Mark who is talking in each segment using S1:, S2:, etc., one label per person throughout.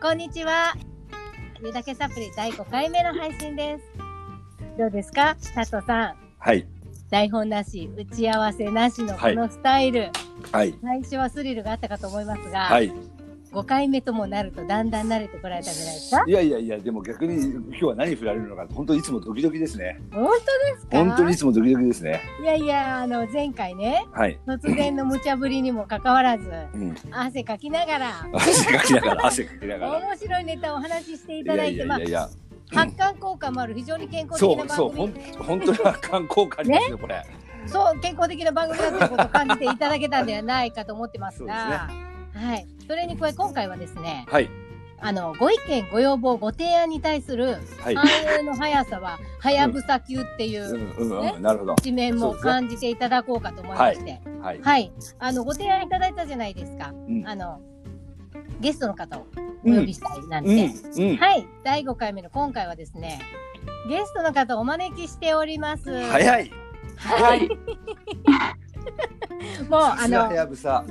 S1: こんにちは。ゆうだけサプリ第5回目の配信です。どうですか佐藤さん。
S2: はい。
S1: 台本なし、打ち合わせなしのこのスタイル。
S2: はい。
S1: 最初はスリルがあったかと思いますが、
S2: はい。
S1: 5回目ともなるとだんだん慣れてこられたんじゃないですか
S2: いやいやいや、でも逆に今日は何振られるのか、本当いつもドキドキですね。
S1: 本当ですか
S2: 本当にいつもドキドキですね。
S1: いやいや、あの、前回ね、
S2: はい。
S1: 突然の無茶ぶりにもかかわらず、
S2: うん。
S1: 汗かきながら、
S2: 汗かきながら、汗かきながら。
S1: 面白いネタをお話ししてい
S2: い
S1: ただ
S2: や
S1: い
S2: い
S1: て、
S2: やい
S1: まあ
S2: やいや。
S1: 発汗効果もある非常に健康的
S2: そ
S1: な
S2: うそ
S1: 番
S2: う、ほん
S1: 組、
S2: 本当に観光感ですね、これ。
S1: そう健康的な番組だということを感じていただけたんではないかと思ってますがはい、それに加え今回はですね
S2: はい。
S1: あのご意見ご要望ご提案に対する
S2: はい。
S1: 反映の速さは「はやぶさ級」っていううん
S2: うんうん、なるほど。
S1: 一面も感じていただこうかと思いまして、
S2: はい。
S1: はいあのご提案いただいたじゃないですか、
S2: うん
S1: あのゲストの方をお
S2: うん。う
S1: 呼
S2: ん
S1: びしたいなんて、
S2: うん。
S1: はい第5回目の今回はですねゲストの方をお招きしております。
S2: 早い。
S1: はい。もうあ
S2: さすがは
S1: の
S2: やぶさ。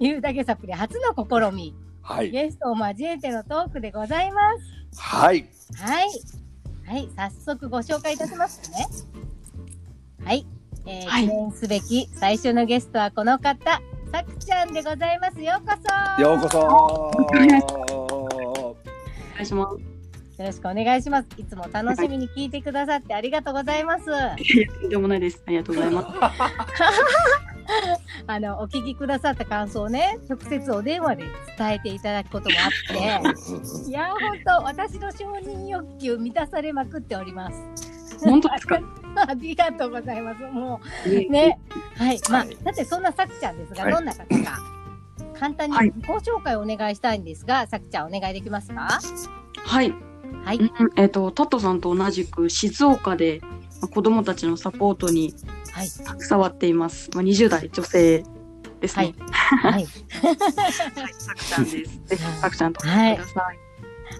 S1: 言うだけサプリ初の試み
S2: はい。
S1: ゲストを交えてのトークでございま
S2: はい。
S1: す。はい。はい、早速ご紹介いたしますね。はい。えー
S3: は
S1: 記
S3: い
S1: 念すべき最初のゲストはこの方、さくちゃんでございます。ようこそ。
S2: ようこそ。
S3: お願いします。
S1: よろしくお願いします。いつも楽しみに聞いてくださってありがとうございます。
S3: とんでもないです。ありがとうございます。
S1: あの、お聞きくださった感想をね、直接お電話で伝えていただくこともあって、いやー本当私の承認欲求満たされまくっております。
S3: 本当ですか。
S1: ありがとうございます。もうね、はい、まあ、
S2: はい
S1: さてそんなさくちゃんですが、
S2: はい
S1: どんな方か簡単に
S3: はい
S1: 自己紹介をお願いしたいんですが、さくちゃんお願いできますか？
S3: はい。
S1: はい、
S3: うんえっ、と、タットさんと同じく静岡で。まあ子供たちのサポートに
S1: はい、
S3: 携わっています。まあ、20代女性ですね。
S1: はい、
S3: はい、さくち ゃんです。ぜひさくちゃんとお
S1: は
S3: 会
S1: い
S3: いください。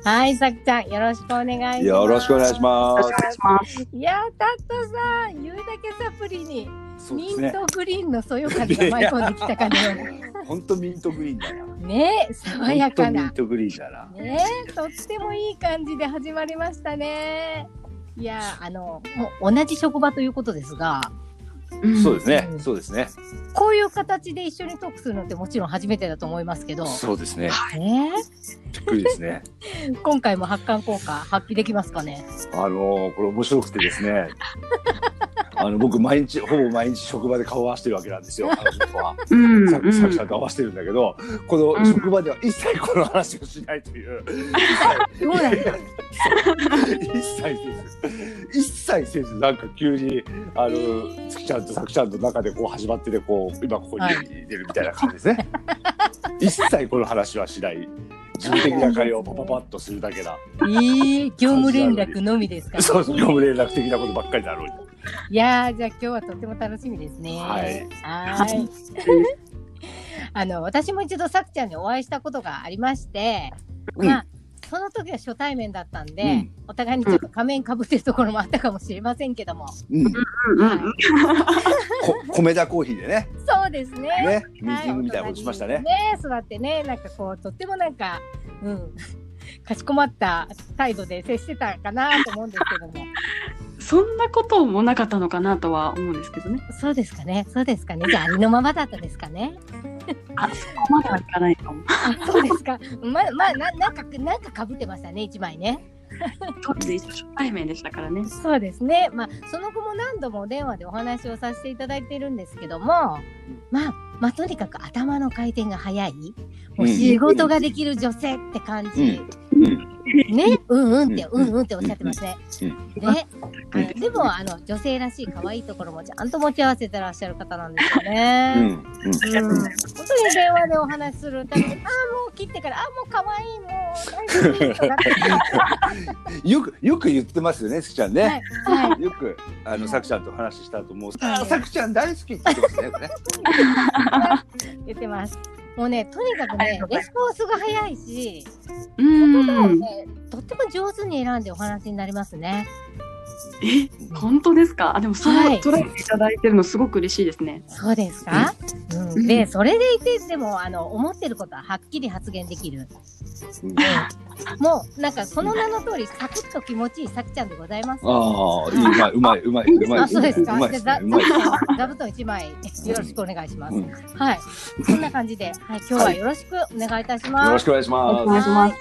S1: はい、さくちゃんよろしくお願いし ます。
S2: よろしくお願いし
S3: よ
S2: ま
S3: ろしくお願いします。
S1: す。いやー、タットさん、言うだけサプリに、
S2: す。そうで
S1: ミ
S2: す
S1: ン
S2: ね。
S1: トグリーンのそよ風が舞い込んできた感じの。
S2: 本当ミントグリーンだな。
S1: ね、爽やか
S2: 本当ミ
S1: な
S2: ン。トグリーンだな。
S1: ねえ、とってもいい感じで始まりましたね。いやー、あの、もう同じ職場ということですが、
S3: うん
S2: そうですね
S1: う。ん
S2: そうですね。
S1: こういう形で一緒にトークするのってもちろん初めてだと思いますけど、
S2: そうですね。
S1: ね
S2: びっくりですね。
S1: え、今回も発汗効果発揮できますかね。
S2: あのーこれ面白くてですね。 あの僕毎日ほぼ毎日職場で顔を合わせてるわけなん ですよ。あの人は
S3: うん。
S2: さ
S3: うん
S2: さくちゃんと合わせてるんだけど、こ
S3: う
S2: の
S3: ん
S2: 職場では一切この話をしないという。
S1: どうなんですか。
S2: 一切せず、一切せず、なんか急に、あの、さくちゃんとさくちゃんの中でこう始まってて、こう、今ここに
S1: はい
S2: 出るみたいな感じですね。一切この話はしない。人的な会話をパパパッとするだけな。
S1: いい業務連絡のみですか。
S2: そうそう、業務連絡的なことばっかりだろうに。
S1: いやー、じゃあ今日はとっても楽しみですね。
S2: はい。
S1: はーい。 あの、私も一度さくちゃんにお会いしたことがありまして、
S2: うん
S1: まあ、その時は初対面だったんで、
S2: うん
S1: お互いにちょっと仮面かぶってるところもあったかもしれませんけども。
S2: うん、こ
S3: うんうん。
S2: 米田コーヒーでね、
S1: そうですね。
S2: ね、ミ
S1: は
S2: ーティングみたいなことしましたね。
S1: お隣にね、座ってね、なんかこう、とってもなんか、うん。 かしこまった態度で接してたかなと思うんですけども。
S3: そんなこともなかったのかなとは思うんですけどね。
S1: そうですかね。そうですかね。じゃあ、ありのままだったですかね。
S3: あ、そこまではいかないかも。
S1: あそうですか。ま、まあ、な、なんか、なんか被ってましたね、一枚ね。
S3: 当時一緒初対面でしたからね。
S1: そうですね。まあ、その後も何度もお電話でお話をさせていただいてるんですけども、まあ、まあ、とにかく頭の回転が早い、もう仕事ができる女性って感じ。
S2: うん、
S1: ね、うんうんって、う
S2: う
S1: んんうんっておっしゃってますね。
S2: うん
S1: ね、あのでも、あの、女性らしい可愛いところもちゃんと持ち合わせてらっしゃる方なんですよね。
S2: うん、
S1: うん本当に電話でお話しするたびに、ああ、もう切ってから、ああ、もう可愛い、もう大好きとか って。
S2: うん。よく、よく言ってますよね、すきちゃん
S1: は
S2: ね
S1: い。、はい、
S2: よく、あの、さくちゃんと話したと思う。
S1: はい
S2: あー、さくちゃん大好きって言ってますねよくね。
S1: 言ってます。もうね、とにかく
S3: あり
S1: ね
S3: がとうござ
S1: レ
S3: い、ま
S1: スポンスが早いし、
S3: うん。
S1: ねとっても上手に選んでお話になりますね。
S3: え、本当ですかあ、でもそう、
S1: はい
S3: 捉えていただいてるのすごく嬉しいですね。
S1: そうですか、う、
S3: うんん
S1: でそれでいてでもあの思ってることははっきり発言できる
S2: うん
S1: もうなんかその名の通りサクッと気持ちいいさきちゃんでございます
S2: ああ、いいうまい、うまい、うまい、うまい。
S1: あそうですか
S2: うまい
S1: じ
S2: で
S1: ゃ
S2: す
S1: あ
S2: ね。うまいですね。
S1: 座座布団一枚よろしくお願いします、
S2: うんよ
S1: はいそんな感じで、はい、今日はよろしくお願いいたします、
S2: ろしくお願いし
S3: お
S2: ます。
S3: 願いします。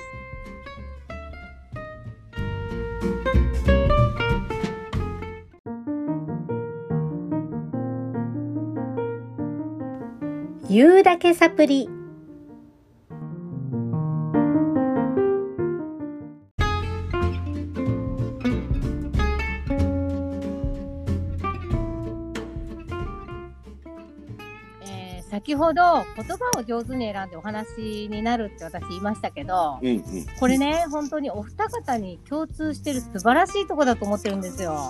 S1: 言うだけサプリ。えー先ほど言葉を上手に選んでお話になるって私言いましたけど
S2: うん、うん。
S1: これね本当にお二方に共通してる素晴らしいとこだと思ってるんですよ。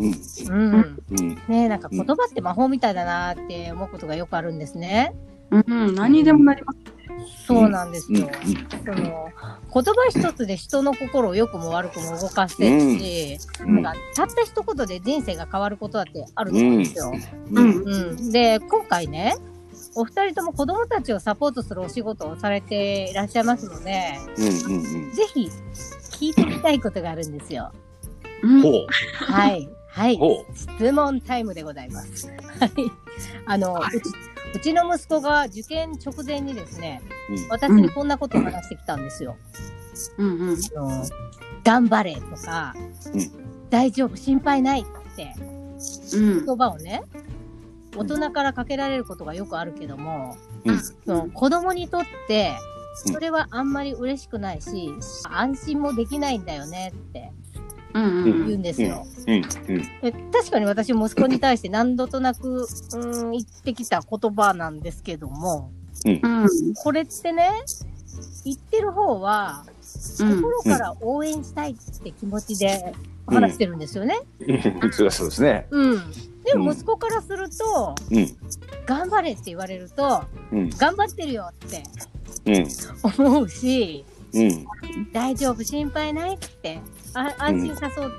S2: う
S1: うん、
S2: ん、うん。
S1: ねえなんか言葉って魔法みたいだなって思うことがよくあるんですね。
S3: うん、何にでもなります。
S1: そうなんです
S2: うん
S1: よ。その言葉一つで人の心を良くも悪くも動かせるし、
S2: うん
S1: なんかたった一言で人生が変わることだってあると思うんですよ。
S2: う
S3: うんん。
S1: うん、で今回ねお二人とも子どもたちをサポートするお仕事をされていらっしゃいますので
S2: うんうん
S1: ぜひ聞いてみたいことがあるんです よ。
S3: う
S2: うんん。ほ
S1: はい、は
S2: う。
S1: い、
S2: ほ
S1: 質問タイムでございます。はい、あの、
S3: はいう
S1: ちうちの息子が受験直前にですね
S2: う。うん。
S1: 私にこんなことを話してきたんですよ。
S3: うんうん。
S1: あの頑張れとか、
S2: うん
S1: 大丈夫心配ないって
S3: うん。
S1: 言葉をね大人からかけられることがよくあるけども、
S2: うん
S1: その子供にとって
S2: うん
S1: それはあんまり嬉しくないし安心もできないんだよねって
S3: うんう。
S1: 言うんんですよ。
S2: うん。うん。
S1: で確かに私息子に対して何度となく、うん、言ってきた言葉なんですけども
S3: うん。
S1: これってね言ってる方は
S3: うん。
S1: 心から応援したいって気持ちで話してるんですよね。
S2: うん。そりゃそうですね。
S1: うん、で
S2: う
S1: も
S2: ん
S1: 息子からすると、
S2: うん。
S1: 頑張れって言われると
S2: うん。
S1: 頑張ってるよって
S2: うん。
S1: 思うし
S2: うん。
S1: 大丈夫心配ないってあ安心さそう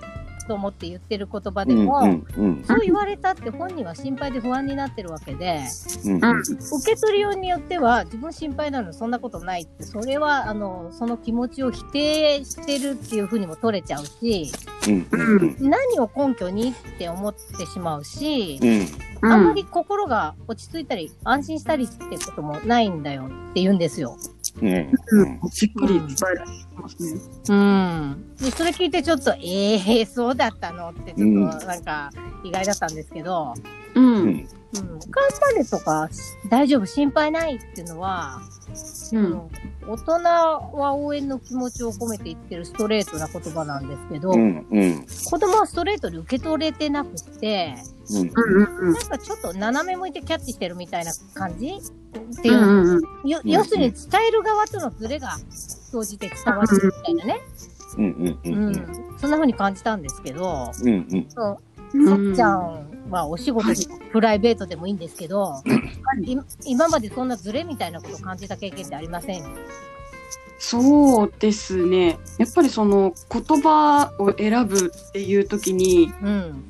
S1: と思って言ってる言葉で
S2: うん。
S1: も、
S2: うん。うん。
S1: そう言われたって本人は心配で不安になってるわけで
S2: うん。
S1: 受け取りようによっては自分心配なのにそんなことないってそれはあのその気持ちを否定してるっていうふうにも取れちゃうし
S2: うん。
S1: 何を根拠にって思ってしまうし。
S2: うん。
S1: あんまり心が落ち着いたり、安心したりってこともないんだよって言うんですよ。
S2: うん。
S3: しっかり伝えられてますね。
S1: うん。で、それ聞いてちょっと、ええー、そうだったのって、ちょっ
S2: う
S1: となんか意外だったんですけど、
S3: うん。
S1: うん。頑張れとか、大丈夫、心配ないっていうのは、
S3: うん。
S1: 大人は応援の気持ちを込めて言ってるストレートな言葉なんですけど、
S2: うん。うん。
S1: 子供はストレートに受け取れてなくて、
S2: うん。
S3: うん
S1: なんかちょっと斜め向いてキャッチしてるみたいな感じって
S3: う
S1: いうの
S3: んうん。
S1: よ
S2: うん
S1: 要するに伝える側とのズレが生じて伝わるみたいなね、
S2: うん。う。
S1: うん
S2: うんん。
S1: そんな風に感じたんですけど、
S2: うん。
S1: そう
S3: う
S1: さっ
S3: ん。
S1: ちゃんはお仕事で、プライベートでもいいんですけど、い今までそんなズレみたいなことを感じた経験ってありません
S3: そうですね。やっぱりその言葉を選ぶっていう時に、
S1: うん。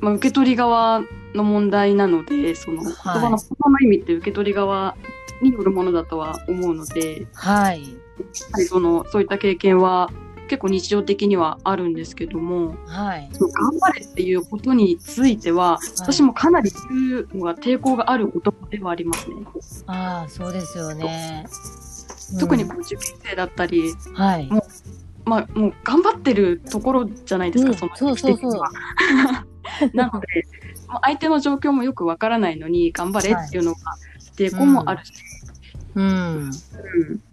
S3: まあ、受け取り側の問題なので、その言葉の言葉の意味って受け取り側によるものだとは思うので、や
S1: はい。
S3: っぱりそのそういった経験は結構日常的にはあるんですけども、
S1: はい。
S3: その頑張れっていうことについては、私もかなり言うのが抵抗がある言葉ではありますね。
S1: ああ、そうですよね。
S3: 特に
S1: うん
S3: こう受験生だったり、
S1: はい。
S3: まあ、もう頑張ってるところじゃないですか、
S1: うん
S3: その
S1: そうそうそう
S3: 時期はなので、もう相手の状況もよくわからないのに、頑張れっていうのが抵抗もあるし、
S1: うん。
S3: うん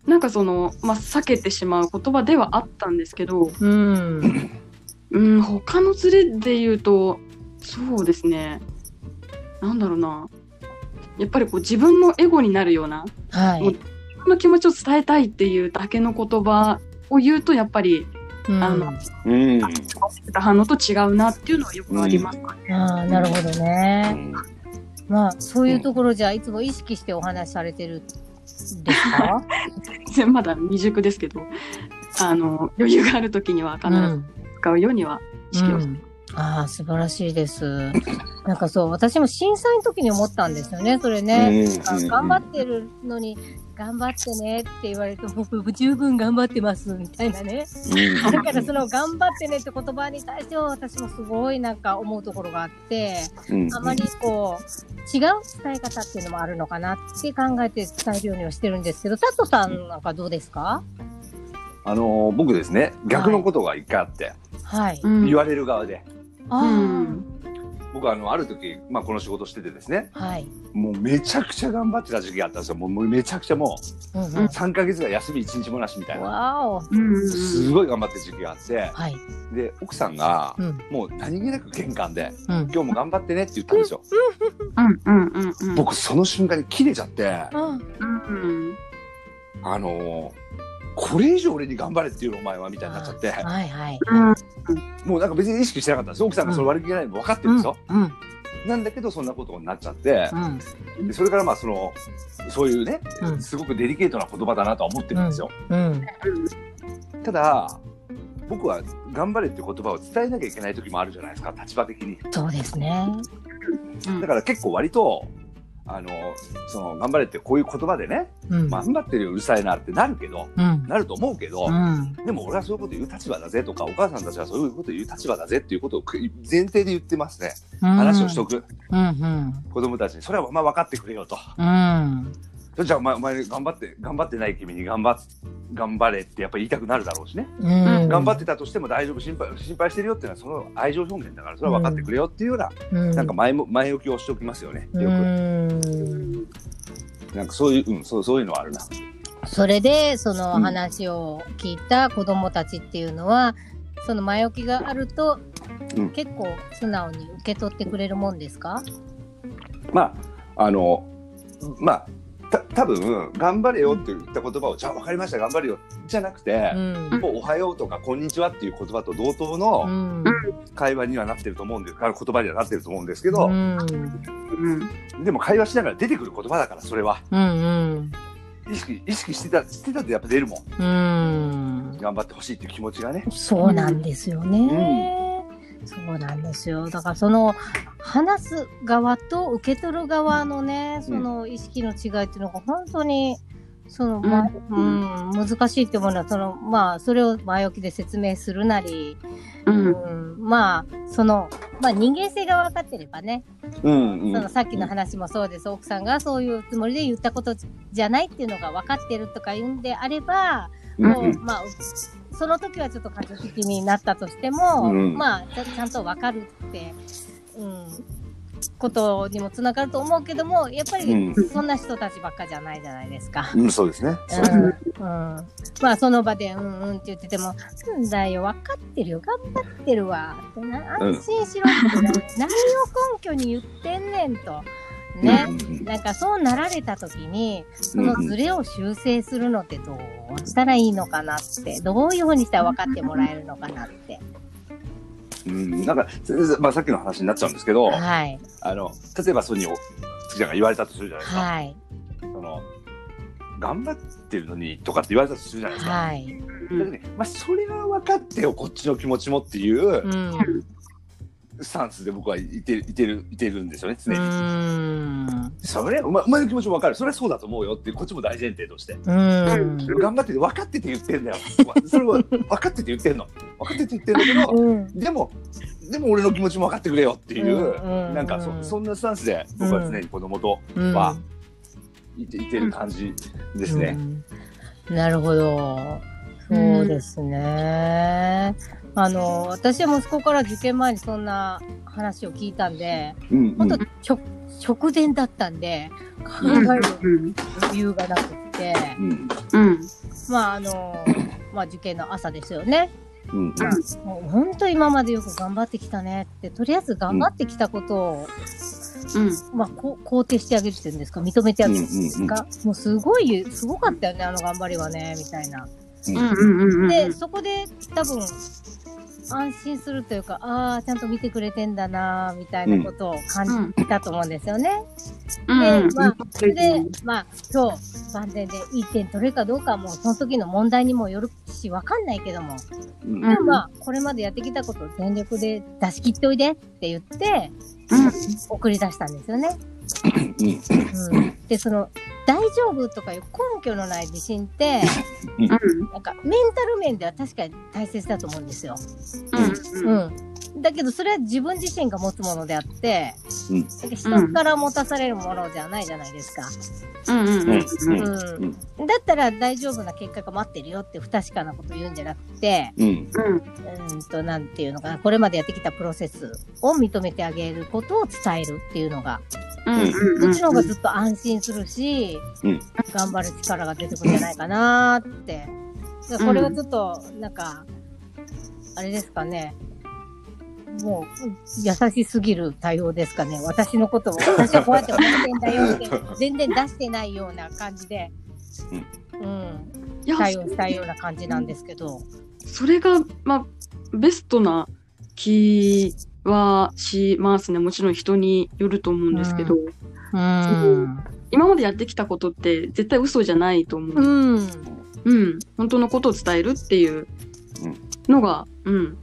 S3: なんかその、まあ、避けてしまう言葉ではあったんですけど、
S1: うん。
S3: うん、他のズレで言うと、そうですね、なんだろうな、やっぱりこう自分のエゴになるような、
S1: は
S3: もう
S1: い。
S3: 自分の気持ちを伝えたいっていうだけの言葉を言うと、やっぱり、
S1: うん
S3: あの
S1: あ
S2: うん。
S3: 反応と違うなっていうのはよくあります。
S1: あ、なるほどね。まあそういうところじゃいつも意識してお話しされてるんですか、
S3: 全然まだ未熟ですけど、あの、余裕がある時には必ず使うようには意識を
S1: うんああ、素晴らしいです。なんかそう、私も震災の時に思ったんですよね、それね。あ頑張ってるのに、頑張ってねって言われて、僕、十分頑張ってます、みたいなね。だ
S2: だ
S1: からその、頑張ってねって言葉に対しては、私もすごいなんか思うところがあって、あまりこう、違う伝え方っていうのもあるのかなって考えて伝えるようにはしてるんですけど、佐藤さんなんかどうですか
S2: あのー僕ですね逆のことが一回あって、
S1: はい。
S3: うん
S2: 言われる側で
S1: あ
S3: う
S1: ー
S3: ん
S2: 僕あのある時、まあ、この仕事しててですね
S1: はい。
S2: もうめちゃくちゃ頑張ってた時期があったんですよもうもうめちゃくちゃも
S1: うんう。
S2: うん3か月が休み1日もなしみたいな
S1: わお。
S3: うんうん
S2: すごい頑張ってた時期があって
S1: はい。
S2: で奥さんが
S1: うん。
S2: もう何気なく玄関で
S1: うん
S2: 「今日も頑張ってね」って言ったんですよ。
S3: うんうんうんうん
S2: 僕その瞬間に切れちゃってあ
S1: うん。
S3: うん
S2: のーこれ以上俺に頑張れっていうのお前はみたいになっちゃって
S1: はいはい。
S3: うん
S2: もうなんか別に意識してなかったんですよ奥さんがそれ悪気ないの分かってるんですよ、
S1: うん。
S2: なんだけどそんなことになっちゃって
S1: う、ん。
S2: でそれからまあそのそういうね、
S1: うん
S2: すごくデリケートな言葉だなとは思ってるんですよ、
S1: うん。
S2: ただ僕は頑張れっていう言葉を伝えなきゃいけない時もあるじゃないですか立場的に
S1: そうですね。
S3: うん
S2: だから結構割とあのその頑張れってこういう言葉でね、
S1: うん。
S2: まあ頑張ってるようるさいなってなるけど
S1: うん。
S2: なると思うけど、
S1: うん。
S2: でも俺はそういうこと言う立場だぜとかお母さんたちはそういうこと言う立場だぜっていうことを前提で言ってますね話をしと
S1: く。
S2: く、
S1: うん。うん。
S2: 子供たちにそれはまあ分かってくれよと
S1: うん。
S2: じゃあお前お前頑張って頑張ってない君に頑張っ頑張れってやっぱ言いたくなるだろうしね、
S1: うん。
S2: 頑張ってたとしても大丈夫心配心配してるよっていうのはその愛情表現だからそれは分かってくれよっていうような、
S1: うん。
S2: なんか前も前置きをしておきますよね
S1: う
S2: よく、
S1: ん。
S2: なんかそういう、うん、そうそういうのはあるな
S1: それで、その
S2: うん
S1: 話を聞いた子供たちっていうのは、その前置きがあると
S2: うん、
S1: 結構素直に受け取ってくれるもんですか
S2: まああのまあた多分頑張れよって言った言葉をじゃあ分かりました頑張れよじゃなくて、
S1: うん。
S2: もうおはようとかこんにちはっていう言葉と同等の
S1: うん。
S2: 会話にはなってると思うんですから言葉にはなってると思うんですけど
S1: う、ん。
S3: うん
S2: でも会話しながら出てくる言葉だからそれは
S1: うん。
S2: 意識意識してたしてたとやっぱ出るもん
S1: うん。
S2: 頑張ってほしいっていう気持ちがね
S1: そうなんですよね。そうなんですよ。だからその話す側と受け取る側のね、その意識の違いっていうのが本当にその、まあうん難しいって思うのはそのまあそれを前置きで説明するなり、
S3: うん
S1: うんまあそのまあ人間性が分かってればね、
S2: うんう
S1: そのさっきの話もそうです、奥さんがそういうつもりで言ったことじゃないっていうのが分かってるとか言うんであれば、
S2: うん
S1: もうまあ、その時はちょっと過渡的になったとしても、
S2: うん
S1: まあちゃちゃんと分かるって、うん、ことにもつながると思うけどもやっぱり
S2: う
S1: そんな人たちばっかじゃないじゃないですか。
S2: うんそうですね
S1: うんうん、まあその場で「うんうん」って言ってても「なんだよ分かってるよ頑張ってるわ」ってな
S2: うん
S1: 安心しろってな、何を根拠に言ってんねんと。ね、なんかそうなられた時にそのズレを修正するのってどうしたらいいのかなってどういうふうにしたら分かってもらえるのかなって
S2: うんうんうんなんか、まあ、さっきの話になっちゃうんですけど
S1: はい
S2: あの例えばそういうふうに月ちゃんが言われたとするじゃないですか、
S1: はい
S2: その頑張ってるのにとかって言われたとするじゃないですか、
S1: はい
S3: うん
S2: だけどねまあ、それは分かってよこっちの気持ちもっていう
S1: うんう
S2: スタンスで僕はいていてるいてるんですよね常に。
S1: ん
S2: それお前お前の気持ちも分かるそれはそうだと思うよってこっちも大前提として
S1: うん
S2: 頑張ってて分かってて言ってんだよわそれは分かってて言ってんの分かってて言ってんだけど
S1: うん
S2: でもでも俺の気持ちも分かってくれよっていう、
S1: うんうん
S2: なんかそそんなスタンスで僕は常に子供と
S1: うん
S2: わいていてる感じですね。
S1: うんなるほど。そうですね。あの、私は息子から受験前にそんな話を聞いたんで、
S2: うんうん
S1: 本当直、直前だったんで、考える
S3: うん
S1: 余裕がなくって、
S2: うん
S3: うん
S1: まああの、まあ受験の朝ですよね。
S2: うん
S1: もう本当今までよく頑張ってきたねって、とりあえず頑張ってきたことを、
S3: うん
S1: まあこう肯定してあげるっていうんですか、認めてあげるっていうんですか、もうすごい、すごかったよね、あの頑張りはね、みたいな。
S3: うんうんうん
S1: でそこで多分安心するというかああちゃんと見てくれてんだなーみたいなことを感じたと思うんですよね。
S3: うん
S1: まあそれでまあ今日万全でいい点取れるかどうかはもうその時の問題にもよるしわかんないけども、
S2: うん
S3: うん
S1: まあこれまでやってきたことを全力で出し切っておいでって言って送り出したんですよね。うん、でその「大丈夫」とかいう根拠のない自信ってなんかメンタル面では確かに大切だと思うんですよ。うん、だけどそれは自分自身が持つものであって、
S2: うん
S1: なんか人から持たされるものじゃないじゃないですか。
S2: う
S1: うん
S2: ん
S1: だったら大丈夫な結果が待ってるよって不確かなこと言うんじゃなくて、
S2: うん
S1: うんと、なんていうのかな、これまでやってきたプロセスを認めてあげることを伝えるっていうのが、そっちの方がずっと安心するし、
S2: うん
S1: 頑張る力が出てくるんじゃないかなーって。でこれをちょっと、なんか、あれですかね。もう、優しすぎる対応ですかね。私のことを、私はこうやって思ってんだよって、全然出してないような感じで、うん、対応したいような感じなんですけど。
S3: それが、まあ、ベストな気はしますね。もちろん人によると思うんですけど、
S1: うん。
S3: 今までやってきたことって絶対嘘じゃないと思
S1: う
S3: う。
S1: ん。
S3: うん、本当のことを伝えるっていうのが、うん、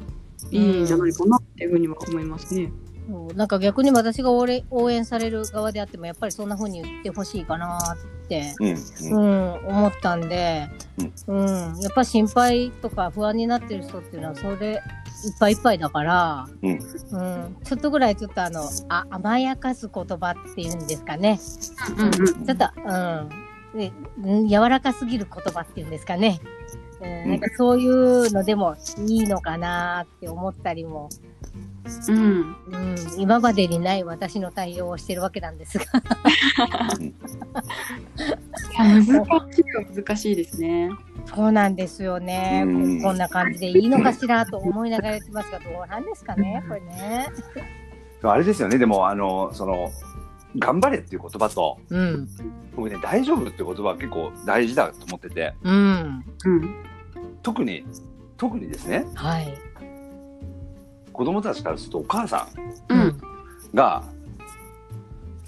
S3: いいんじゃないかなっていうふうには思いますね。
S1: そうなんか逆に私が応援応援される側であっても、やっぱりそんな風に言ってほしいかなーって。
S2: うん
S1: うん、思ったんで、うん、やっぱ心配とか不安になってる人っていうのはそれいっぱいいっぱいだから、
S2: うん
S1: んちょっとぐらいちょっとあのあ甘やかす言葉っていうんですかね
S3: うんうん
S1: ちょっと、うんでうん、柔らかすぎる言葉っていうんですかね、うん、なんかそういうのでもいいのかなって思ったりも、
S3: うん
S1: うん、今までにない私の対応をしてるわけなんですが。
S3: いや難しいは難しいですね。
S1: そうなんですよね。
S2: うん
S1: ここんな感じでいいのかしらと思いながらやってますが、どうなんですかね、これね。
S2: あれですよねでもあのその頑張れっていう言葉と
S1: うん。
S2: 僕ね大丈夫って言葉は結構大事だと思ってて
S1: うん。
S3: うん、
S2: 特に特にですね
S1: はい。
S2: 子供たちからするとお母さ
S3: うん、うん、。
S2: んが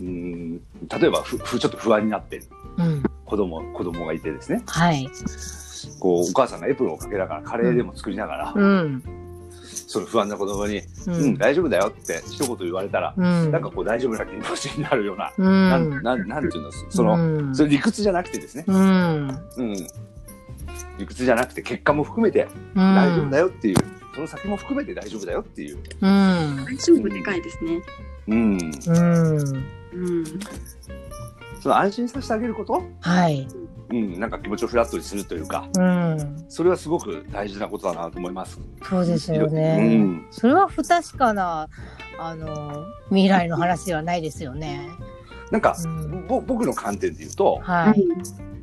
S2: うーん例えばふふちょっと不安になってる
S1: うん。
S2: 子供子供がいてですね
S1: はい。
S2: こうお母さんがエプロンをかけながらカレーでも作りながら、
S1: うん。
S2: その不安な子供に「
S1: う
S2: うん、。大丈夫だよ」って一言言われたら、
S1: うん。
S2: なんかこう大丈夫な気持ちになるような、
S1: う
S2: なんん、。なんなんていうのその、
S1: うん
S2: それ理屈じゃなくてですね、
S1: うん。
S2: うん、理屈じゃなくて結果も含めて大丈夫だ
S1: よ。
S2: よっていう、その先も含めて大丈夫だよっていう、
S1: うん。
S3: 大丈夫でかいですね。
S2: うん、
S1: うん。
S3: うん、
S2: その安心させてあげること、
S1: はい。
S2: うん、なんか気持ちをフラットにするというか
S1: うん。
S2: それはすごく大事なことだなと思います。
S1: そうですよ
S2: う
S1: ね。
S2: ん、
S1: それは不確かな、あの、未来の話ではないですよね。
S2: なんか、
S1: うん
S2: ぼ僕の観点で言うと
S1: はい。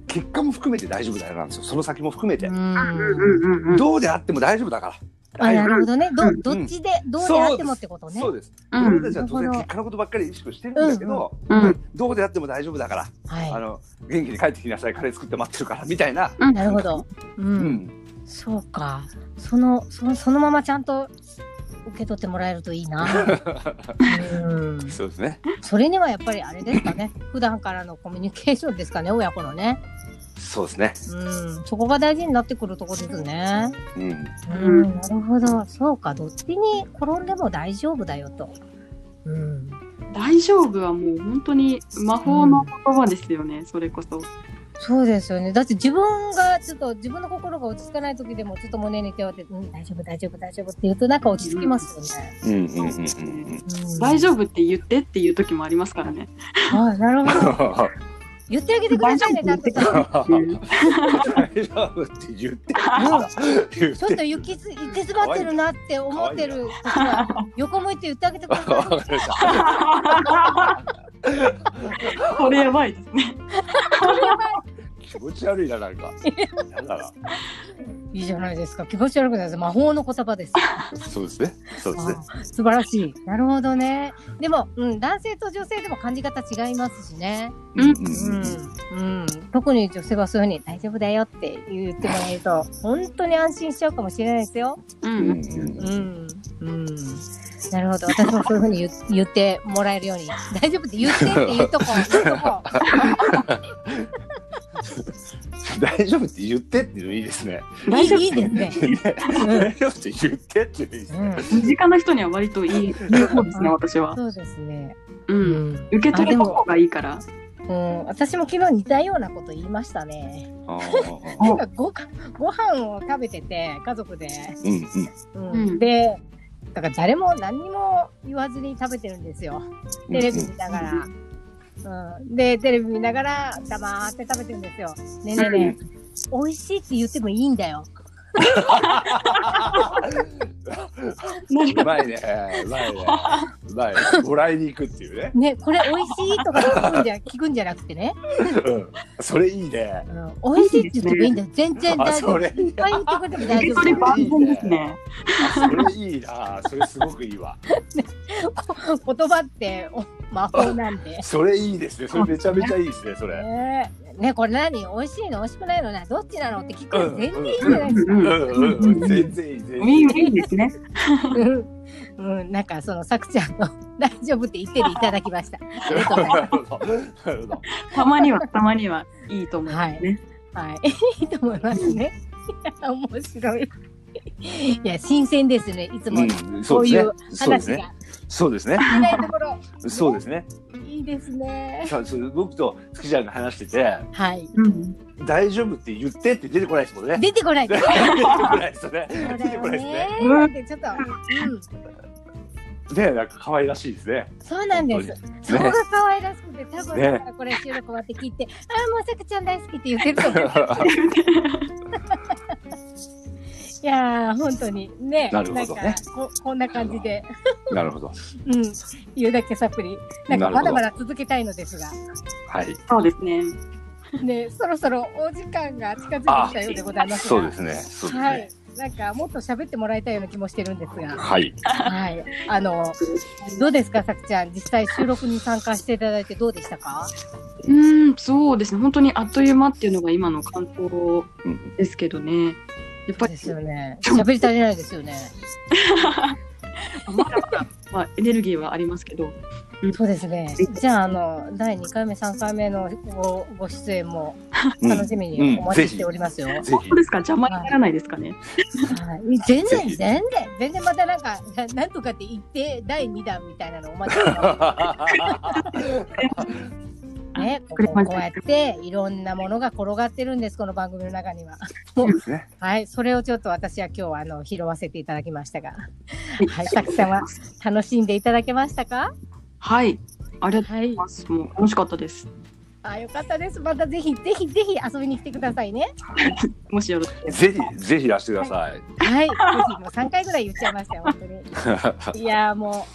S2: 結果も含めて大丈夫だよなんですよその先も含めて、
S1: うん。
S3: うん、うん、
S2: どうであっても大丈夫だから。
S1: あ、なるほどね。ど、
S2: う
S1: ど
S2: ん
S1: っちで、どうであってもってことね。
S2: そうです。
S3: うん
S2: 俺たちは当然結果のことばっかり意識してるんだけど、
S3: うんうん
S2: どうであっても大丈夫だから、あ
S1: は
S2: の元気に帰ってきなさい、カレー作って待ってるからみたいな。
S1: い。なるほど。う。
S2: うんん、
S1: そうか。その、その、そのままちゃんと受け取ってもらえるといいな。うん。
S2: そうですね。
S1: それにはやっぱりあれですかね。普段からのコミュニケーションですかね、親子のね。
S2: そうですね。
S1: うん。そこが大事になってくるとこですね。
S2: うん、
S1: うん。なるほど。そうか。どっちに転んでも大丈夫だよと。うん。
S3: 大丈夫はもう本当に魔法の言葉ですよね、それこそ。
S1: そうですよね。だって自分がちょっと自分の心が落ち着かない時でもちょっと胸に手を当てて、うん、大丈夫大丈夫大丈夫って言うとなんか落ち着きますよね。
S2: うん、うん、うん、う
S1: う
S2: ん。
S1: ん
S3: 大丈夫って言ってっていう時もありますからね。
S1: あなるほど。 言ってあげてくださいね、だってさ。
S2: 大丈夫って言
S1: うん
S2: って言っ
S1: ちょってと行きつ行き詰まってるなって思ってる時は横向いて言ってあげてくだ
S2: わ
S1: さ。
S2: かりました
S3: これやばいですね。
S2: 気持ち悪いななん かなんだない
S1: いいじゃないですか。気持ち悪くないです。魔法の言葉です。
S2: そうですねそうですね
S1: あー素晴らしい。なるほどね。でも、うん、男性と女性でも感じ方違いますしね。
S3: うん
S1: うん、うん、特に女性はそういうふうに大丈夫だよって言ってもらえると、本当に安心しちゃうかもしれないですよ。
S3: う
S2: うん
S3: ん、
S1: う
S2: うん
S1: ん、うん。なるほど。私もそういうふうに言う言ってもらえるように、大丈夫って言ってって言うとこ、言うとこ。
S2: 大丈夫って言ってっていうのいいですね。
S3: 大丈夫
S1: いいですね。
S2: ね大丈夫って言ってっていうのいいです
S1: う
S2: ね。
S1: ん、
S3: 身近な人には割と いい言う方ですね、私は。
S1: そうですね。
S3: う。
S1: うんん、
S3: 受け取れた方がいいから。
S1: うん、私も昨日似たようなこと言いましたね。
S2: あ
S3: お
S2: ー
S1: なんかごかご飯を食べてて家族で、
S2: うんうん。
S1: うん
S3: うん
S1: で、だから誰も何にも言わずに食べてるんですよ。テレビ見ながら。うん、で、テレビ見ながら黙って食べてるんですよ。ねえねえねえ、美味しいって言ってもいいんだよ。
S2: うまいね。うまいね。うまいね。もらいに行くっていうね。
S1: ね、これ美味しいとか聞くんじゃ聞くんじゃなくてね、
S2: うんそれいいね。
S1: うん、美味しいって言ってもいいんだよ。全然
S2: あ、
S1: 大丈
S2: そ
S1: 夫。いっ
S2: れいい
S1: ぱい言ってくれても
S3: 受
S1: 大
S3: け
S1: 丈夫
S3: 取
S1: だ
S3: り
S1: か
S3: 万全ですね。
S2: それいいな。それすごくいいわ。
S1: ら。こ言葉ってお魔法なんで。
S2: それいいですね。それめちゃめちゃいいですね。それ。
S1: ねえねこれ何美味しいの美味しくないのなどっちなのって聞くの全然いいじゃないですか
S3: う
S2: うん
S3: ん
S2: うんうん。全然いい。全
S3: ウ
S2: 然い
S3: ィ
S2: い
S3: ンウィンですね。
S1: うん、うんなんかそのさくちゃんの大丈夫って言ってでいただきました。あり がとうござい
S2: なるほどなるほど。
S3: たまには、たまにはいいと思う。
S1: はい
S3: ね。
S1: はい、いいと思いますね。いや面白い。いや新鮮ですね。いつも
S2: うんそ
S1: こ
S2: う
S1: う
S2: です
S1: い
S2: ね
S1: う。
S2: そうで
S1: 話
S2: すね。
S1: が
S2: そうですね。
S1: いないところ
S2: そうですね。
S1: いいですね。
S2: さそう僕と月ちゃんが話してて、
S1: はい。
S3: うん。
S2: 大丈夫って言ってって出てこないですもんね。
S1: 出てこない
S2: 出
S1: で
S2: て
S1: す。
S2: こないですよね。
S1: そう
S2: 出
S1: だ
S2: て
S1: よ
S2: こないですね
S1: ね。。
S3: うん
S1: なんてちょっと、うん、
S2: ねなんか可愛らしいです ね。
S1: そうなんです。そこが可愛らしくて、多分だからこれ収録終わって聞いて、ああもうさくちゃん大好きって言ってると思う。 いやー本当にね。
S2: なるほどね
S1: なんかここんな感じで。
S2: なるほど。
S1: うん、言うだけサプリ。なんか
S2: なるほ
S1: ま
S2: ど
S1: だまだ続けたいのですが、
S2: はい。
S3: そうですね。
S1: ね、そろそろお時間が近づいてきたようでございますが。
S2: そうですね。そうです
S1: はい
S2: ね。。
S1: なんかもっと喋ってもらいたいような気もしてるんですが、
S2: はい。
S1: はい。あの、どうですか、さくちゃん。実際収録に参加していただいてどうでしたか
S3: うん、そうですね。本当にあっという間っていうのが今の感想
S2: うん
S3: ですけどね。やっぱり
S1: です、よね。喋り足りないですよね。
S3: まだまだ、まあ、エネルギーはありますけど。
S1: そうですね。じゃあ、あの、第2回目、3回目のごご出演も楽しみにお待ちしておりますよ。
S2: ぜ
S3: 本当ですか邪魔にならないですかね。
S1: はい全然
S2: ぜひ
S1: 全然全然またなんかななんとかって言って第2弾みたいなのをまた ねこ
S3: くれ
S1: こ
S3: ました
S1: こうやっていろんなものが転がってるんですこの番組の中には
S2: ひ。 ですね。
S1: はいそれをちょっと私は今日はあの拾わせていただきましたがはいさきさんは楽しんでいただけましたか
S3: はい。ありがとう
S1: はい
S3: ございます。もう楽しかったです。
S1: あよかったですまたぜひぜひぜひ遊びに来てくださいね
S3: もしよろしければ。
S2: ぜひぜひいらしてくださ い。
S1: はいぜひもう3回ぐらい言っちゃいましたよ本当にいやーも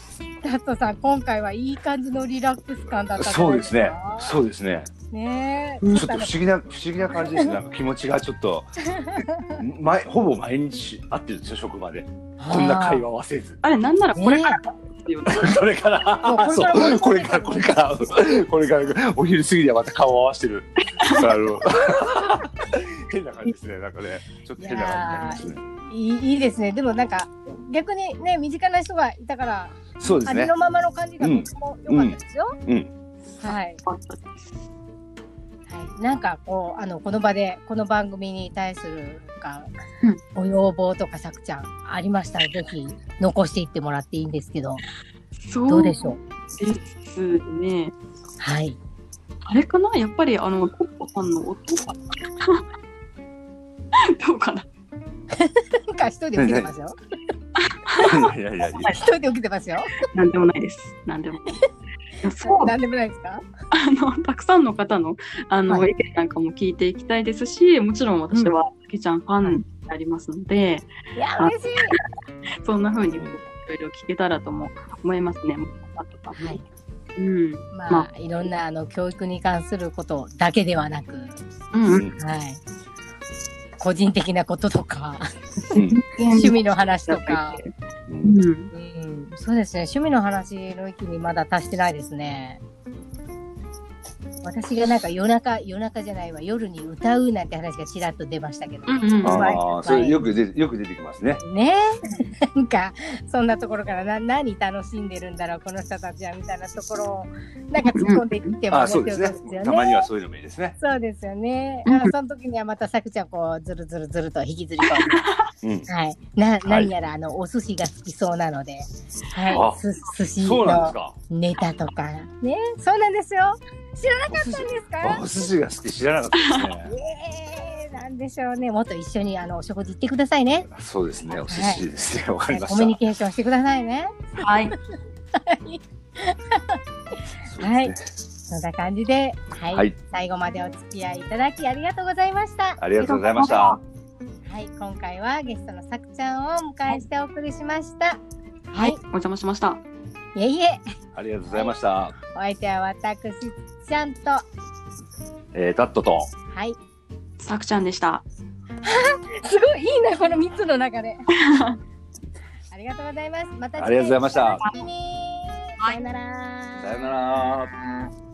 S1: うタットさん今回はいい感じのリラックス感だったんじゃない
S2: そ
S1: うで
S2: ですすね
S1: か。
S2: そうですね。
S1: ね
S3: う
S1: え、
S2: ちょっと不思議な不思議な感じですね。なんか気持ちがちょっと毎ほぼ毎日会ってるんですよ職場で。こんな会話忘れず。
S3: あれ、なんならこれからですよね。
S2: これから、
S1: そう
S2: そうこれから、これから、これから、お昼過ぎにはまた顔を合わせてる。 あの変な感じですね、なんかね、ちょっと変な感じになりますね。
S1: いいいいですねでもなんか逆にね身近な人がいたから、
S2: そうで
S1: あ
S2: す
S1: り
S2: ね
S1: の。ままの感じが
S2: うん
S1: とても良かったですよ、
S2: うんう
S1: はい、
S3: は
S1: はい、なんかこうあのこの場でこの番組に対するなんか
S3: う
S1: ご
S3: ん
S1: 要望とかさくちゃんありましたらぜひ残していってもらっていいんですけど
S3: いそ
S1: どう
S3: う
S1: で
S3: で
S1: しょう
S3: すね。
S1: はい
S3: あれかなやっぱり、あの、ポッポさん の音が。どうかな
S1: なんか一人で起きてますよ
S2: いやいやいや、
S1: 一人で起きてますよ
S3: なんでもないです。なんでもない。いやそう
S1: 何でもないですか
S3: あのたくさんの方のあの、
S1: は
S3: 意見なんかも聞いていきたいですしもちろん私はさきちゃんファンでありますので、
S1: いや嬉しい
S3: そんな風にこういろいろ聞けたらとも思いますね。あとか
S1: はい
S3: うん、
S1: まあ、
S3: ま
S1: いろんなあの教育に関することだけではなく
S3: うん
S2: う
S3: うんん、
S1: はい。個人的なこととか、
S2: うん
S1: 趣味の話とか。
S2: うん
S3: うん、
S1: うん、そうですね。趣味の話の域にまだ達してないですね。私がなんか夜中、夜中じゃないわ、夜に歌うなんて話がちらっと出ましたけど。
S3: うんうん
S1: 怖い
S2: ああ、それよくでよく出てきますね。
S1: ねえなんかそんなところからな何楽しんでるんだろうこの人たちはみたいなところをなんか突っ込んでいっても
S2: あ
S1: 面
S2: あ、そ
S1: 白
S2: う
S1: いで
S2: です
S1: す
S2: ね
S1: よね。
S2: たまにはそういうのもいいですね。
S1: そうですよね。
S3: うん
S1: あその時にはまたさくちゃんこうずるずるずると引きずり込んで、
S2: うん。
S1: はい、な何やらあのお寿司が好きそうなので、は
S2: あ
S1: い、す寿司
S2: そうなんです
S1: の
S2: か。
S1: ネタとかねそうなんですよ。知らなかったんです
S2: あ
S1: か
S2: お？寿司が好き知らなかったですね。
S1: ええなんでしょうね。もっと一緒にあのお食事行ってくださいね。
S2: そうですね。お寿司ですね。わかりま
S1: コミュニ
S2: し
S1: ケーションしてくださいね。
S3: はい。
S1: はい
S2: た。そうですね。
S1: そんな感じで、はい、
S2: はい
S1: 最後までお付き合いいただきありがとうございました。
S2: ありがとうございました。
S1: はい、今回はゲストのさくちゃんをお迎えしてお送りしました。
S3: はい。お邪魔しました。
S1: いえいえ、
S2: ありがとうございました。
S1: お相手は私ちゃんと、は
S2: えー、タットと。
S1: い。
S3: さくちゃんでした。
S1: すごいいいなこの三つの中で。 ありがとうございます。また次回
S2: ありがとうございました
S1: お楽しみに
S3: は
S1: さ
S3: い
S1: よなら。
S2: さよなら。
S1: ら。